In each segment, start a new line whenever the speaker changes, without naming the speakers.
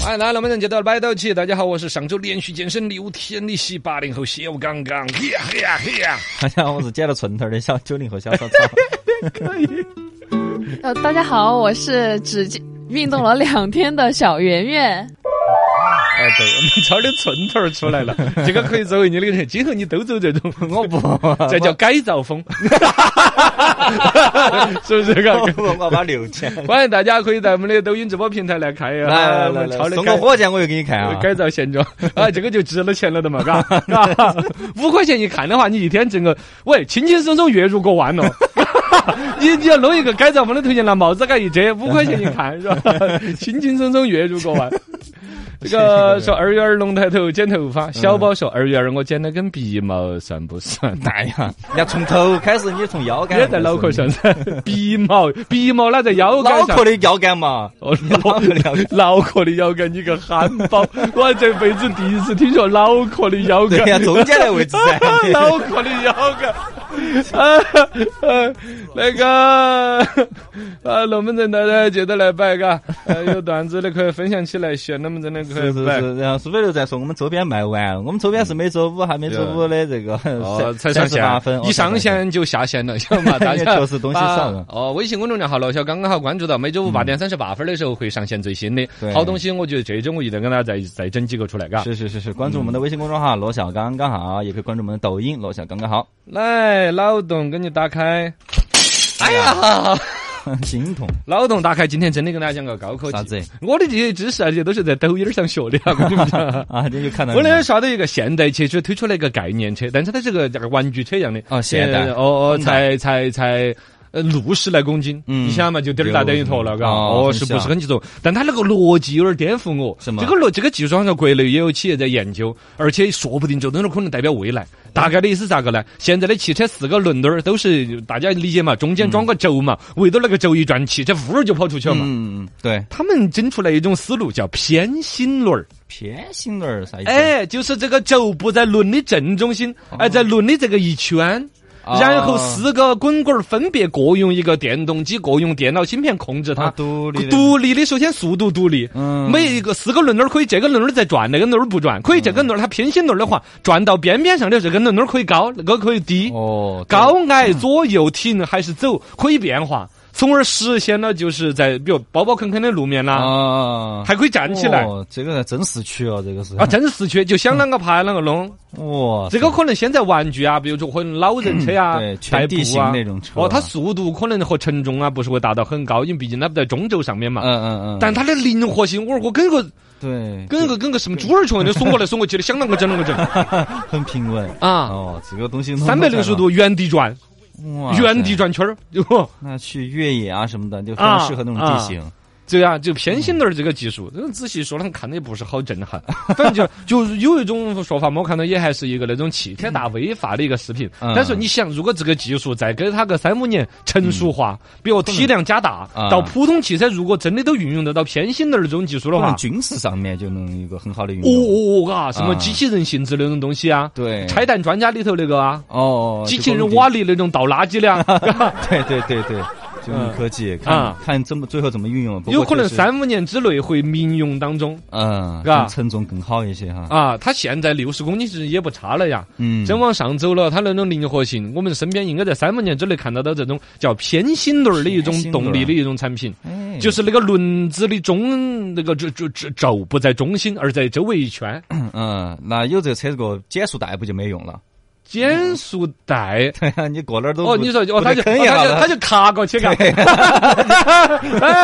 欢哎迎来龙门阵，接到摆到起。大家好，我是上周连续健身六天的西八零后小刚刚。嘿呀嘿呀嘿呀！
大家好，我是剪了寸头的小九零后小草草。
哎
呃，大家好，我是只运动了两天的小 圆圆。
哎，对，我们超的寸头儿出来了，这个可以作为你的人，今后你都走这 种，
我不，我
这叫改造 风，是不是？ 嘎？
我把六千。
欢迎大家可以在我们的抖音直播平台来看一下，
来来
我们
来，
超的
送
改
个火箭我又给你看啊！
改造现状啊，这个就值了钱了的嘛， 嘎，嘎，五块钱一看的话，你一天挣个，喂，轻轻松松月入过万了。 你你要弄一个改造风的头像，拿帽子盖一遮，五块钱一看是吧？ 轻轻松松月入过万。这个说二月儿龙抬头剪头
嗯
发，小宝说二月儿我剪了根鼻毛，算不算？
蛋呀！人家从头开始，你从腰杆
也在脑壳上，噻， 鼻毛鼻毛拉在腰杆
脑
上
壳。的腰杆嘛。
哦，
脑壳的腰杆
脑壳的腰杆，你个憨包！我还这辈子第一次听说脑壳的腰杆
对。呀，中间的位 置噻。
脑壳的腰杆。啊，呃那个，啊，龙门阵大家接着来摆，嘎，呃，有段子的可以分享起来，学龙门阵的可
是
以
是
摆。
是，然后苏菲六在说我们周边卖完，我们周边是每周五还每周五的这个
哦，才上
三十八
线
分，，
一上线就下线了，晓得 嘛？大家
确实东西少了嗯
啊 哦，微信公众号“老小刚刚好”关注到，每周五八点三十八分的时候会上线最新的
对
好东西。我觉得这周我一定跟大家再再整几个出来，嘎。
是是是是，关注我们的微信公众号“罗小刚刚好”，也可以关注我们的抖音“罗小刚刚好
来，脑洞给你打开。哎呀！”，
心痛。
脑洞打开，今天真的跟大家讲个高科技。
啥子。
我的这些知识啊，这些都是在抖音儿上学的啊，我跟你们讲
啊，这就看到
我那
你
天刷到一个现代汽车推出了一个概念车，但是它是个这个玩具车一样的。
哦现代
呃哦哦，
Honda
才才才。呃，六十来公斤，
嗯
你想嘛，就点儿大等于坨了，嘎，哦，
哦很
是不
像
是很激动？但它那个逻辑有点颠覆我，
是吗
这个逻这个技术好像国内也有企业在研究，而且说不定这东西可能代表未来。大概的意思咋个呢？现在的汽车四个轮轮儿都是大家理解嘛，中间装个轴嘛，围着那个轴一转，汽车呜儿就跑出去了嘛。
嗯，对，
他们整出来一种思路叫偏心轮儿，
偏心轮儿啥意思？
哎，就是这个轴不在轮的正中心，而在轮的这个一圈。
哦
然后四个滚滚儿分别各用一个电动机，各用电脑芯片控制它
啊，。独立的
独立的，首先速度独立，
嗯
每一个四个轮轮儿可以这个轮轮儿在转，那个轮轮儿不转。可以这个轮轮儿它偏心轮儿的话，转到边边上的这个轮轮儿可以高，那个可以低。
嗯哦，对
高矮、左右、停还是走可以变化，从而实现了就是在比如包包坑坑的路面啦、
啊，
还可以站起来。
哦，嗯这个真市区哦，这个是
啊，真是市区就想啷个爬啷个弄，
哇，
这个可能现在玩具啊，比如说可能老人车啊
嗯对、
代
全
步
地形
啊
那种车
哦，它速度可能和承重啊不是会达到很高，因为毕竟它不在中轴上面
嗯
嘛。
嗯嗯，
但它的灵活性，我我跟个
对，
跟个跟个什么猪儿球一样的耸过来耸过 去的，想啷个整啷个整
很平稳
啊！
哦，这啊个东西
三百六十度原地转，原
原
地
地，
转圈儿，哟。
那去越野啊什么的就非
啊
常适合那种地形，
对啊，就偏心轮儿这个技术，嗯、仔细说来看的也不是好震 撼。反正就就有一种说法嘛，我看到也还是一个那种汽车大 V 发的一个视频。
嗯
但是你想，如果这个技术再给它个三五年成熟化，比如体量加大，
啊
到普通汽车如果真的都运用得到偏心轮儿这种技术的
可能
话，
军事上面就能有一个很好的运
哦
用，
哦哦啊，什么
啊
机器人性质那种东西啊，
对，
拆弹专家里头那个啊，
哦，
机器
这
人
个
瓦力那种倒垃圾的啊。
对对对对，就
嗯
用科技，看
啊
看怎么最后怎么运用。不过
有可能
确实，
三五年之内会民用当中
嗯，
是吧
更称重更好一些哈。
啊，它现在六十公斤其实也不差了呀。
嗯，
真往上走了，它那种灵活性，我们身边应该在三五年之内看到的这种叫偏心轮儿的一种
偏心轮
动
儿
力的一种产品，
哎
就是那个轮子的中那个轴轴轴轴不在中心，而在周围一圈。
嗯，那有这车个减速带不就没用了？
减速带。
对呀，你过哪儿都
哦，
不
你说哦，
不
他
得
就哦
坑一
他
下
就他
了。
就卡过去嘎，哎，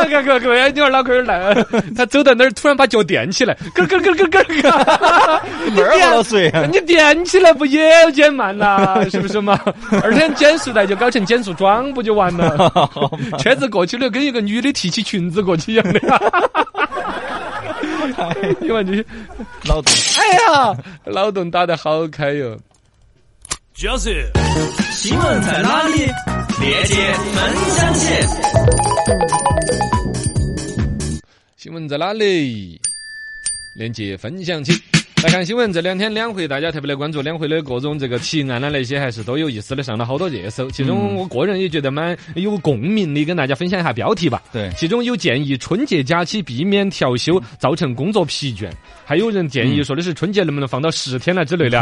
各各各位，你儿脑壳儿来，他走到那儿突然把脚垫起来，咯咯咯咯咯咯，
门儿不漏水，
你垫起来不也要减慢啦？是不是嘛？二天减速带就搞成减速桩，不就完了？车子过去了，跟一个女的提起裙子过去一样的。 你看这些，
老子
哎呀，脑洞打得好开哟！
就是新闻在哪里？链接分享起。
新闻在哪里？链接分享起。来看新闻，这两天两会大家特别的关注两会的各种这个提案啊，那些还是都有意思的，上了好多热搜。其中我个人也觉得蛮有共鸣的，跟大家分享一下标题吧。
对
其中有建议春节假期避免调休，
嗯
造成工作疲倦；还有人建议说的是春节能不能放到十天啊了之 类的，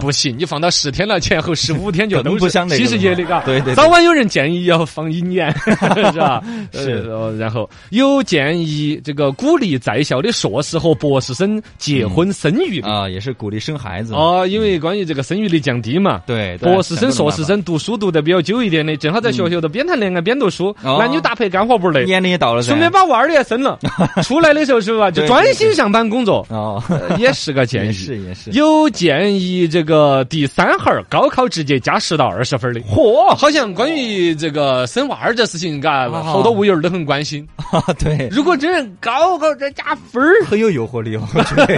不行，你放到十天了前后十五天就
更
都
不
是
像那个
七十
了
节的，嘎。
对对对
啊早晚有人建议要放一年， 是 吧？
是
呃。哦然后有建议这个鼓励在校的硕士和博士生结婚生育。
啊，也是鼓励生孩子嘛。
哦，因为关于这个生育率降低嘛，
对，对
博士生、硕士，生读书读得比较久一点的，正好在学校头边谈恋爱边读书，
哦
男女搭配干活不累，
年龄也到了噻，
顺便把娃儿也 生了，出来的时候是吧，就
对
专心上班工作，
哦，
呃也是个建
也
议。
是也是，
有建议这个第三孩儿高考直接加十到二十分儿的，嚯！好像关于这个生娃儿这事情，嘎，
哦
好多网友都很关心。
啊对，
如果真是高考再加分儿，
很有诱惑力哦，我 觉得。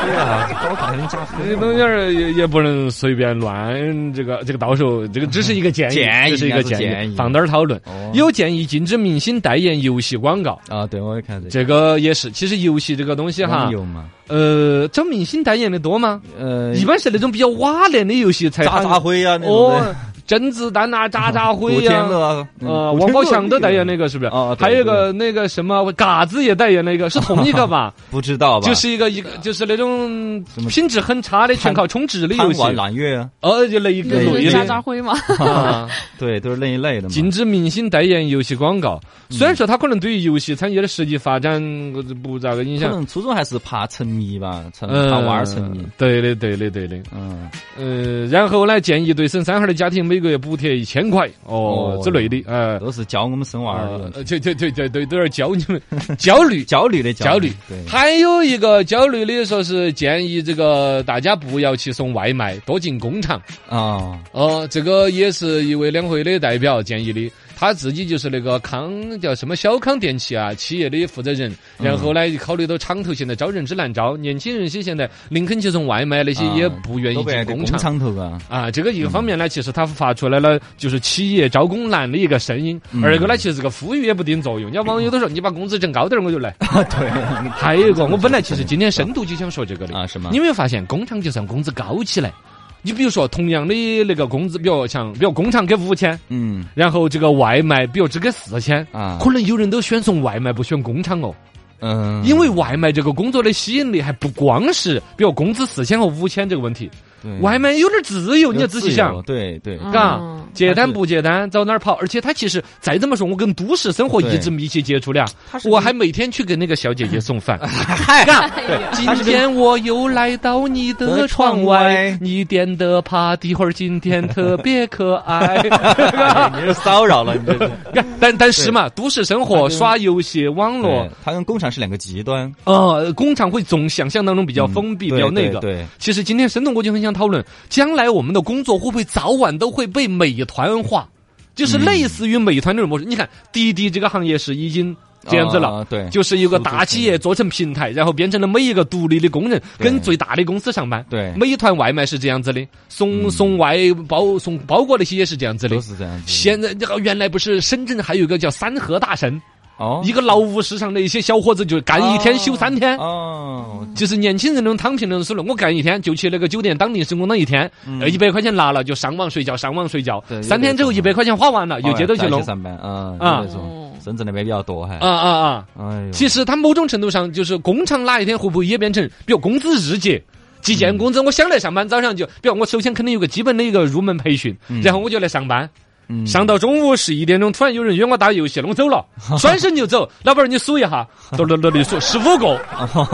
是吧？
对啊，这高考还能加
这东
分
西儿也也不能随便乱，这个这个到时候这个只是一个建议，
建议
只是一个
应该是
建
建
议，
议
放那儿讨论
哦。
有建议禁止明星代言游戏广告，
啊，对，我也看这
这
个。
个也是。其实游戏这个东西哈
网，友嘛，
呃，找明星代言的多吗？
呃，
一般是那种比较瓦烂的游戏才
渣渣
喊
辉啊，那种的
哦，甄子丹 啊，渣渣
古
辉
天
呀。
乐啊，
呃，王宝强都代言
那
那个是不是？
哦对
还有一个那个什么嘎子也代言了一个，是同一个 吧？
不知道吧？
就是一个一 个就是那种
什么
品质很差的全靠充值的游
贪
戏，
玩揽月啊，
呃，就那一个
对
路
对
一
是
类
对嗯
渣
的
渣辉 嘛，
啊，
对，都是那一类的嘛。
禁止明星代言游戏广告。
嗯
虽然说它可能对于游戏产业的实际发展呃不咋个影
可
响，
能初中还是怕沉迷吧，沉
嗯，
怕娃儿沉迷。
对的，对的，对的。
嗯，
呃，然后呢，建议对生三孩的家庭每个月补贴一千块哦
哦
之类的，呃，
都是教我们生娃儿的问题，
呃，对对对对对，都有点焦虑， 焦虑。
焦虑的
焦虑
对，
还有一个焦虑的，说是建议这个大家不要去送外卖，多进工厂。
啊，
哦，这个也是一位两会的代表建议的，他自己就是那个康叫什么小康电器啊企业的负责人，
嗯
然后呢，考虑到厂头现在招人之难招，年轻人些现在宁肯去送外卖，那些
啊
也不愿
都
意
不爱
进
给
工
工
厂。
厂头啊，
啊，这个一个方面呢，其实他发出来
嗯
了就是企业招工难的一个声音；二个呢，其实这个呼吁也不顶 作用。人家网友都说你把工资挣高点儿我就来。
对
还有一个，我本来其实今天深度就想说这个的
啊，是吗
你？有没有发现工厂就算工资高起来，你比如说同样的那个工资，比如像比如工厂给五千，
嗯
然后这个外卖比如只给四千。
啊，
可能有人都选送外卖不选工厂哦，
嗯，
因为外卖这个工作的吸引力还不光是比如工资四千和五千这个问题，
对
外卖有点自啊由，
有
你要仔细
自由
想，
对对，
嘎
啊
嗯
接单不接单，找哪儿跑？而且他其实再怎么说，我跟都市生活一直
对
密切接触的啊，我还每天去给那个小姐姐 送饭，
嗨，
哎呀
今天我又来到你的窗外，你点的帕蒂花儿今天特别可 爱。
哎你是骚扰了，你 这是。
但但是嘛，都市生活、刷游戏、网络
对，，它跟工厂是两个极端，
呃，工厂会总想象当中比较封闭、比较那
嗯对
个。
对，
其实今天沈总我就很想讨论，将来我们的工作会不会早晚都会被美团化，就是
嗯
类似于美团这种模式。你看滴滴这个行业是已经这样子了，
啊，对，
就是一个大企业做成平台，然后变成了每一个独立的工人
对
跟最大的公司上班。
对
美团外卖是这样子的，送
嗯
送外包送包裹那些也是这样子的
都。是这嗯样子的。
现在这个原来不是深圳还有一个叫三和大神，
哦
一个劳务市场的一些小伙子就干一天
哦
休三天。
哦，
就是年轻人那种躺平那种思路，我干一天就去那个酒店当临时工当一天，
嗯
呃，一百块钱拿了就上网睡觉，上网睡觉
对，
三天之后
有
一百
点
块钱花完了，又接着去
哦再
弄。
上班啊
啊
有这
哦
种深圳那边比较多还
啊，啊啊！
哎呦，
其实它某种程度上就是工厂哪一天会不会也变成，比如工资日结。计件工资，我想来上班，早上就，比如我首先肯定有个基本的一个入门培训，
嗯
然后我就来上班，
嗯
上到中午十一点钟，突然有人约我打游戏了，我走了，转身就走，老板儿你数一下，哆哆哆的数十五个，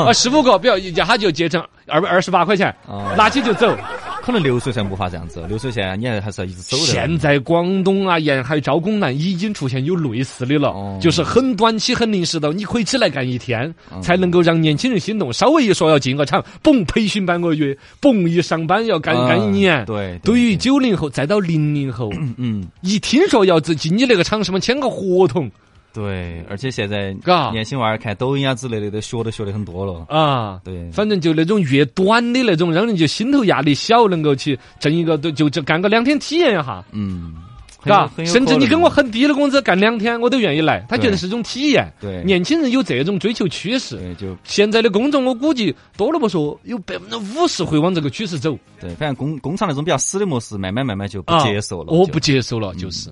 啊十五个，比如一下就结成二百二十八块钱，
啊
拿起就走。
可能流水线无法这样子，流水线你还还是要一直走的。
现在广东啊沿海招工难已经出现有类似的了，
哦
就是很短期、很临时的，你可以只来干一天，
嗯
才能够让年轻人心动。稍微一说要进个厂，嘣培训半个月，嘣一上班要干
啊
干一年。
对，
对于九零后再到零零后，
嗯，
一听说要自进你那个厂什么签个合同，
对，而且现在
嘎
年轻娃儿看抖音啊之类的都学都学的很多了。
啊。
对，
反正就那种越短的那种，让人就心头压力小，能够去挣一个，就就就干个两天体验一下。
嗯，很有
嘎，
很有
甚至你
可能
跟我很低的工资干两天，我都愿意来。他觉得是一种体验。
对
年轻人有这种追求趋势。
对就
现在的工作，我估计多了不说，有百分之五十会往这个趋势走。
对，反正工工厂那种比较死的模式，慢慢慢慢就不
啊
接受了。
我
就
不接受了，就是。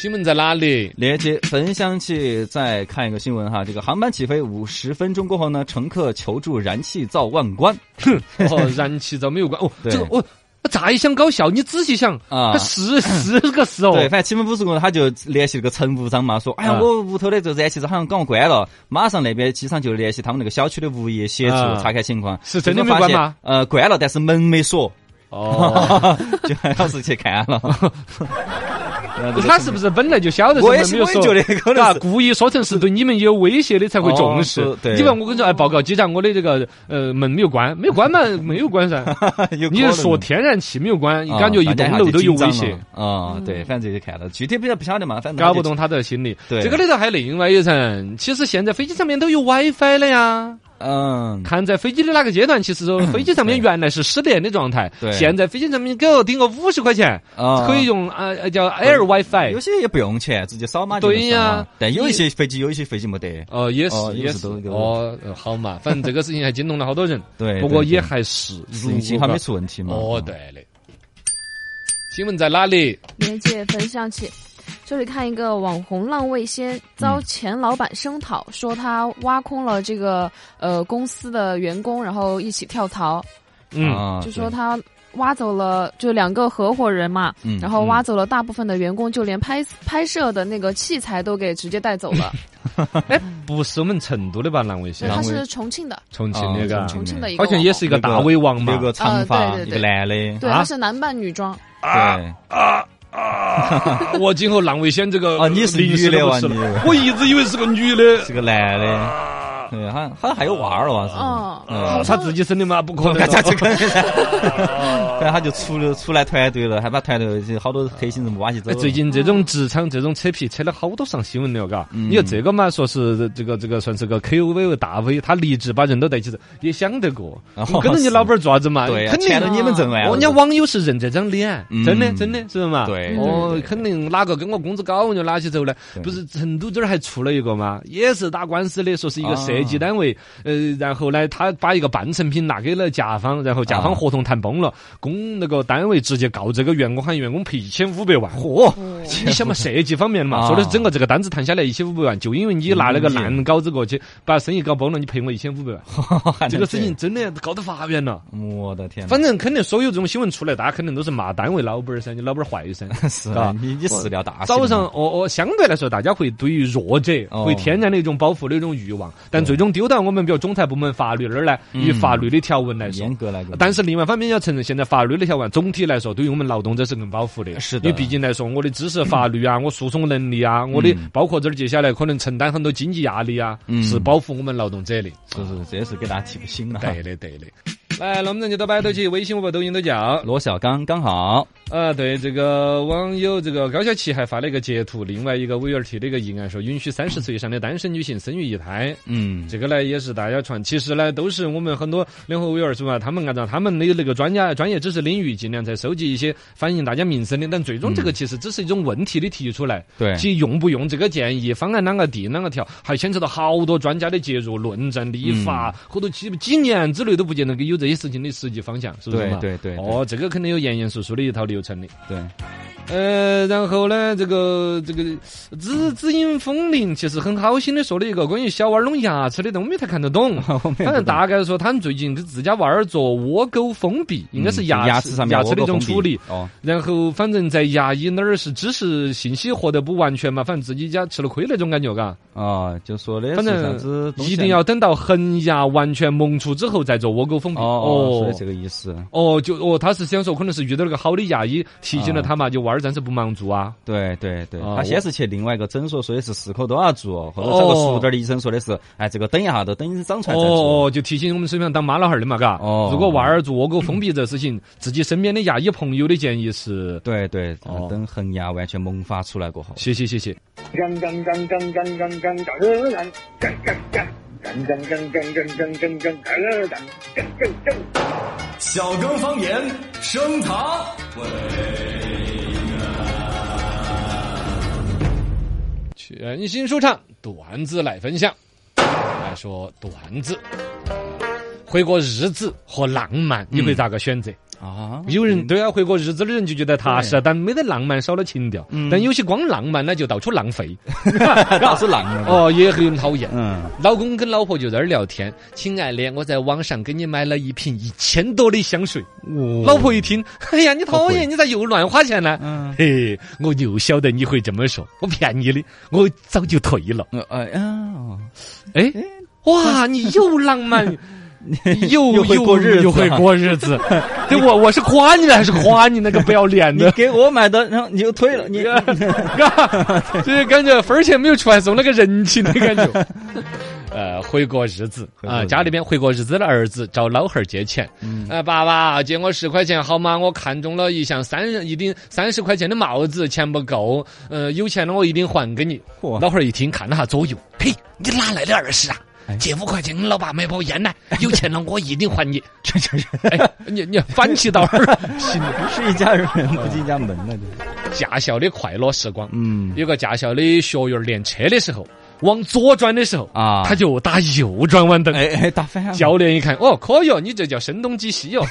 新闻在哪 里？
链接焚香器，再看一个新闻哈，这个航班起飞五十分钟过后呢，乘客求助燃气灶万关
哦，燃气灶没有关哦，
对
这个我我乍一想搞笑，你仔细想，
啊
它。是是个事哦
对，。反正七分五十过后，他就联系那个乘务商嘛，说：“哎呀，
啊
我屋头的这燃气灶好像刚刚关了，马上那边机场就联系他们那个小区的物业协助
啊
查看情况。”
是真的
结果
没
发
关吗
现？呃，关了，但是门没锁，
哦，
就老师去看了。然后这个
他是不是本来就晓得这
我也
门
是
没有
我也
锁
觉得可能
嘎
是
故意说成是对你们有威胁的才会重视
哦是。对
你看我跟你说，哎，报告机长，我的这个呃门没有关，没有关嘛，没有关 噻。
有
你是
可能
说天然气没有关，
啊
感觉一
大家
栋
还
楼
就
都有
紧张
威胁
了，啊、对，反正就去看了，具体比较不晓得嘛，反正
搞不懂他的心理。
对
这个里头还另外一层，其实现在飞机上面都有 WiFi 了呀。
他就。嗯，
看在飞机的哪个阶段，其实 说飞机上面原来是失联的状态，
对
现在飞机上面给我顶个五十块钱，
啊哦
可以用啊、呃叫 Air
有
WiFi，
些也不用钱，直接扫码就能
对呀
扫码但有一些飞机，有一些飞机没得。
哦，也是
哦
也
也是
是
都有
哦，呃好嘛，反正这个事情还惊动了好多人，
对
不过
哎对
也
对
还是
事情幸好没出问题嘛。嗯
哦，对的。新闻在哪里？
连接分享起。这里看一个网红浪味仙遭
嗯
前老板声讨，说他挖空了这个呃公司的员工，然后一起跳槽，
嗯，
啊，
就说
对
他挖走了就两个合伙人嘛，
嗯
然后挖走了大部分的员工，就连拍拍摄的那个器材都给直接带 走了。
哎，不是我们成都的吧？南卫
对，
县，
他是重庆的，
重庆
啊
那个，
重庆的一个
好
网红，
像也是一个大胃王嘛
留。个长
啊
发，
对
一
对
个
对
男的，
对，
啊
他是男扮女装，
对，
啊我今后浪味仙这个
哦你是
零食
女的
都不
哇
吃
你
了 我一直以为是个女的
是个男的，对，好像好像还有娃儿了
哦
吧？是不是，
嗯
嗯，
他啊自己生的吗？不可能啊
大。家 就跟，反正他就出了出来团队了，还把团队就好多核心人物挖起走
哎，
了。
最近这种职场这种扯皮扯了好多上新闻了，嘎。
嗯
你看这个嘛，说是这个这个算是个 KOL 的大 V，他离职把人都带起走，也想得过。
哦
你跟着你老板儿做啥子嘛？
对呀，
哎肯定啊
钱都你们挣啊完了，
哦人家网友是认这张脸，
嗯
真的真的是不是嘛？
对
哦
对对，
肯定哪个跟我工资高我就哪起走呢？
对
不是成都这儿还出了一个嘛，也是打官司的，说是一个
啊
设计单位，呃，然后呢，他把一个半成品拿给了甲方，然后甲方
啊
合同谈崩了，工那个单位直接告这个员工，喊员工赔一千五百万。嚯！你想嘛，设计方面嘛，
啊
说的是整个这个单子谈下来一千五百万，就因为你拿了个
嗯
烂稿子过去，把生意搞崩了，你赔我一千五百万， 这个事情
情，
真的告到法院了。
我的天哪，
反正肯定所有这种新闻出来，大家肯定都是骂单位老板儿噻，你老板儿坏噻。
是
啊
啊，你你是料大新
早
闻
上，哦哦，相对来说，大家会对于弱者
哦
会天然的一种保护的一种欲望，但最终丢到我们比如总裁部门法律那儿来，
嗯
与法律的条文来说。
严格来讲，
哎但是另外一方面要承认，现在法律的条文总体来说，对于我们劳动者是更保护的。
是的
因为毕竟来说，我的知识、法律啊，我诉讼能力啊，我的
嗯
包括这儿接下来可能承担很多经济压力啊，
嗯
是保护我们劳动者的。
是是，这也是给大家提个醒了。啊
对的， 对的。来，那么就到摆头去，微信、微博、抖音都叫。
罗小刚刚好，
啊，对，这个网友这个高小琪还发了一个截图，另外一个威尔提的一个议案说，允许三十岁以上的单身女性生育一胎。
嗯，
这个呢也是大家传，其实呢都是我们很多联合威尔是吧？他们按照他们的那个专家专业知识领域，尽量在收集一些反映大家民生的。但最终这个其实只是一种问题的提出来，
对，
其用不用这个建议方案啷个定啷个调，还牵扯到好多专家的介入、论证、立法，后头几几年之内都不见得有这些事情的实际方向，是不是
对
嘛？
对对
哦，这个肯定有严严肃肃的一套流程的。
对，
呃，然后呢，这个这个知知音风铃其实很好心的说了一个关于小娃儿弄牙齿的东西，我没太看得懂。 反正大概说，他们最近给自家娃儿做窝沟封闭， 应该是
嗯牙
牙
上面
牙齿的一种处理。
哦，
然后反正在牙医那儿是知识信息获得不完全嘛，反正自己家吃了亏那种感觉，嘎。
啊，就说的
反
是
正
啥子东西啊，
一定要等到恒牙完全萌出之后再做窝沟封闭。
哦哦，说的这个意思，
哦，就哦，他是想说，可能是遇到了个好的牙医提醒了
啊
他嘛，就娃儿暂时不忙做啊。
对对对，
啊
他先是去另外一个诊所，说的是适口都要做，后头找个熟点儿的医生说的是，哎，这个等一下都等长出来再做，
哦，就提醒我们身边当妈老汉儿的嘛，嘎。
哦
如果娃儿做窝沟封闭这事情，自己身边的牙医朋友的建议是，
对对，呃
哦
等恒牙完全萌发出来过后，
谢谢谢谢。
gang gang gang gang gang gang gang gang gang gang gang gang. Gang, gang, gang, gang, gang, gang, gang, gang, gang, gang, gang, gang, gang.
小刚方言，升堂。喂呀
人心舒畅，段子来分享。来说段子，回过日子和浪漫，你会咋个选择？
啊，
有人对啊，回过日子的人就觉得踏实，但没得浪漫，少了情调。但有些光浪漫呢，就到处浪费，
到处浪了。
哦，也很讨厌。
嗯，
老公跟老婆就在那儿聊天，亲爱的，我在网上给你买了一瓶一千多的香水。老婆一 听，哎呀，你讨厌，你咋又乱花钱呢？
嗯，
嘿，我就晓得你会这么说，我骗你的，我早就退了。
呃哎呀，
哎，哇，你又浪 漫，又
又会过日子
又会过日 子。对，我我是夸你的还是夸你那个不要脸
你
的？
给我买的，然后你又退 了，你
就是感觉分儿钱没有出来，送了个人情的感 觉。呃，回过日子
回过
啊、
日子
家里边回过日子的儿子找老汉儿借钱，
嗯
呃，爸爸借我十块钱好吗？我看中了一项三一顶三十块钱的帽子，钱不够，呃，有钱了我一定还给你。
嚯
老汉儿一听，看了下左右，嘿，你哪来的二十啊
哎？
借五块钱给老爸买包烟 呢，有钱了我一定还你。这这这，哎，你你反其道 而行，
不是一家人，不进一家门呢，这
驾校的快乐时光。
嗯
有个驾校的学员练车的时候，往左转的时候，
啊，
他就打右转弯灯。
哎哎打翻了，
教练一看，哦，可以哦，你这叫声东击西 哦。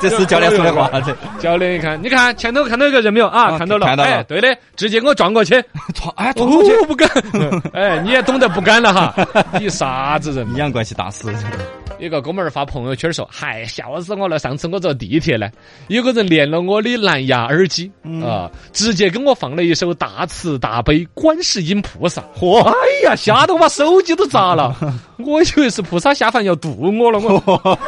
这是教练说的 话，这
教练一看，你看前头看到一个人没有啊？
啊
看到了，
看到了
哎，对的，直接给我撞过去。
闯哎
哦
闯过去，，
不敢。 哎，你也懂得不敢了哈。 你啥子人嘛
阴？阳怪气 大师，
有个哥们儿发朋友圈说：“嗨，笑死我了！上次我坐地铁呢，有个人连了我的蓝牙耳机啊、
嗯
直接跟我放了一首大慈大悲观世音菩萨。嚯！哎呀，吓得我把手机都砸 了，我以为是菩萨下凡要渡我了，我我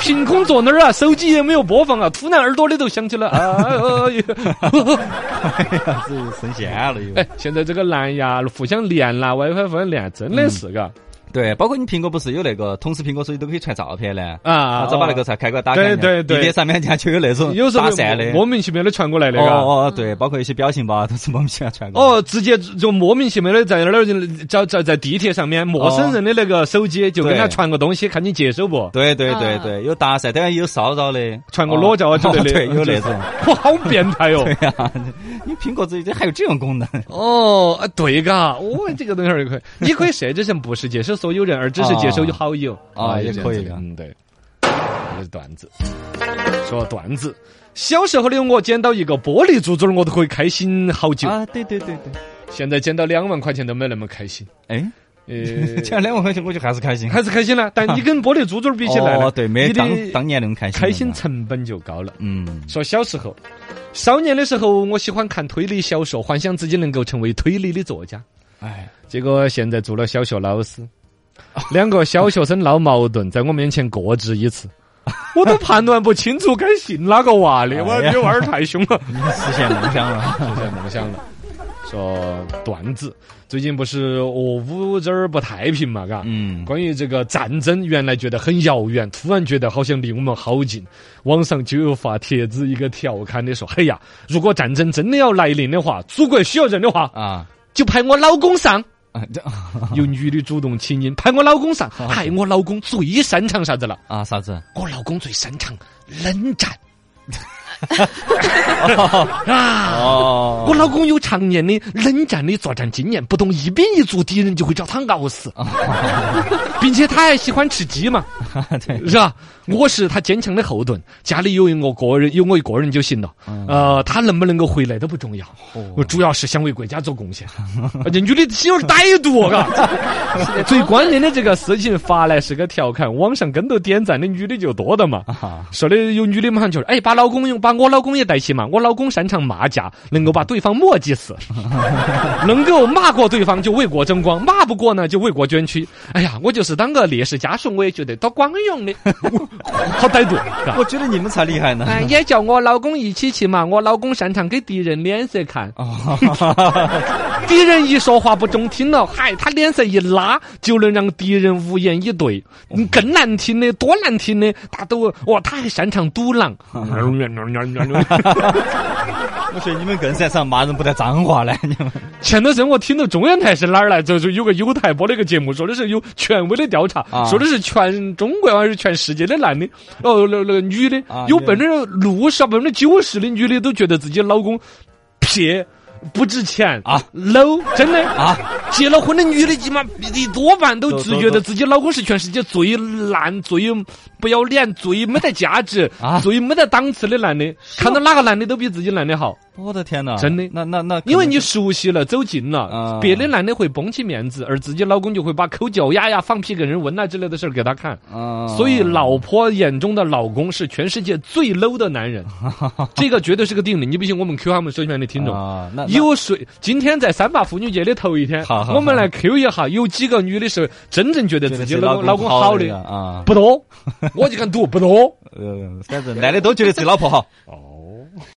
凭空坐那儿啊，手机也没有播放啊，突然耳朵里头响起了啊。哎呦
哎呀，这又神仙了又。
哎，现在这个蓝牙互相连啦，WiFi 互相连，真的是嘎、
对，包括你苹果不是有那个同时苹果手机都可以传照片呢？
啊！
啊，早把那个才开关打开呢。
对对对
地铁上面人家就有那种
有时候
打散的。
莫名其妙的传过来的，嘎。
哦哦，对，包括一些表情包都是莫名其妙传过来。
哦，直接就莫名其妙的在那儿就在在在地铁上
哦
面，陌生人的那个手机就跟他
对
传个东西，看你接收不？
对对对
啊
对，有搭讪，当然也有骚扰的，
传个裸照啊之类的
哦对， 有那种。
哇，好变态哦！
对呀，你苹果手机还有这种功能？
哦，啊，对嘎，哦，这个东西儿也可以，你可以设置成不是接收所有人，而只是接收好友
啊
就
也
这样
可
子
以
的
啊
嗯，对，这是段子，说段子。小时候的我捡到一个玻璃珠珠儿，我都可以开心好久。
啊，对对对对。
现在捡到两万块钱都没那么开心。
哎，
呃，
这两万块钱我就还是开心。
还是开心了，但你跟玻璃珠珠儿比起来呢，
哦，对，没
你的
当当年那种开心。
开心。成本就高了。
嗯，
说小时候，少年的时候，我喜欢看推理小说，幻想自己能够成为推理的作家。
哎，
结果现在做了小学老师，两个小学生闹矛盾，在我面前各执一词，我都判断不清楚该信哪个娃的。我
哎呀
这娃儿太凶 了，
你实现梦想了。
实现梦想了。说段子，最近不是俄乌这儿不太平嘛，嘎，
嗯，
关于这个战争，原来觉得很遥远，突然觉得好像离我们好近。网上就有发帖子，一个调侃的说：“嘿呀，如果战争真的要来临的话，祖国需要人的话，
啊
就派我老公上。
啊这”
有女的主动请缨，派我老公上。嗨，我老公最擅长啥子了？
啊啥子？
我老公最擅长冷战。 啊！
哦
我老公有常年的冷战的作战经验，不懂一兵一卒敌人就会找他熬死，
哦
并且他还喜欢吃鸡嘛。
对，
是吧？我是他坚强的后盾，家里有我个人有我一个人就行了。
嗯
呃，他能不能够回来都不重要，
哦
我主要是想为国家做 贡献。啊这女的心有点歹毒，嘎。最关键的这个事情发来是个调侃，网上跟头点赞的女的就多的嘛。
啊
说的有女的马上就说：“哎，把老公用，把我老公也带起嘛。我老公擅长骂架，能够把对方磨叽死，能够骂过对方就为国争光，骂不过呢就为国捐躯。哎呀，我就是当个烈士家属，我也觉得多光荣的，好歹毒。是吧
我觉得你们才厉害呢。
嗯，也叫我老公一起去嘛。我老公擅长给敌人脸色看，
哦，
敌人一说话不中听了，嗨，他脸色一拉，就能让敌人无言以对。
哦
嗯更难听的，多难听的，他都哇，他还擅长堵 狼。
我觉得你们更擅长骂人不带脏话嘞，你们。
前段时间我听到中央台是哪儿来，就是有个有台播的一个节目，说的是有权威的调查，
啊
说的是全中国还是全世界的男的，哦，那那个女的，
啊
有
女
百分之六十、百分之九十的女的都觉得自己老公撇。不值钱
啊
，low，真的
啊！
结了婚的女的，一妈一多半都
都
自
都
觉得
都
自己老公是全世界最烂、最不要脸、最没得价值
啊、
最没得档次的男的，看到哪个男的都比自己男的好，
我的天哪，
真的
那那那可能，
因为你熟悉了、走近了
啊，
别的男的会绷起面子，而自己老公就会把抠脚丫呀、放屁给人闻啊之类的事儿给他看。
啊，
所以，老婆眼中的老公是全世界最 low 的男 人，这个绝对是个定理。你不信，我们 Q 下我们收听的听众。
啊，那那
有谁？今天在三八妇女节的头一天，
好好
我们来 Q 一下，有几个女的是真正觉得
觉
自
得
己
自己
老
公
老公好
的
的？
啊，
不多，我就敢赌不多。
呃，反正男的都觉得自己老婆好，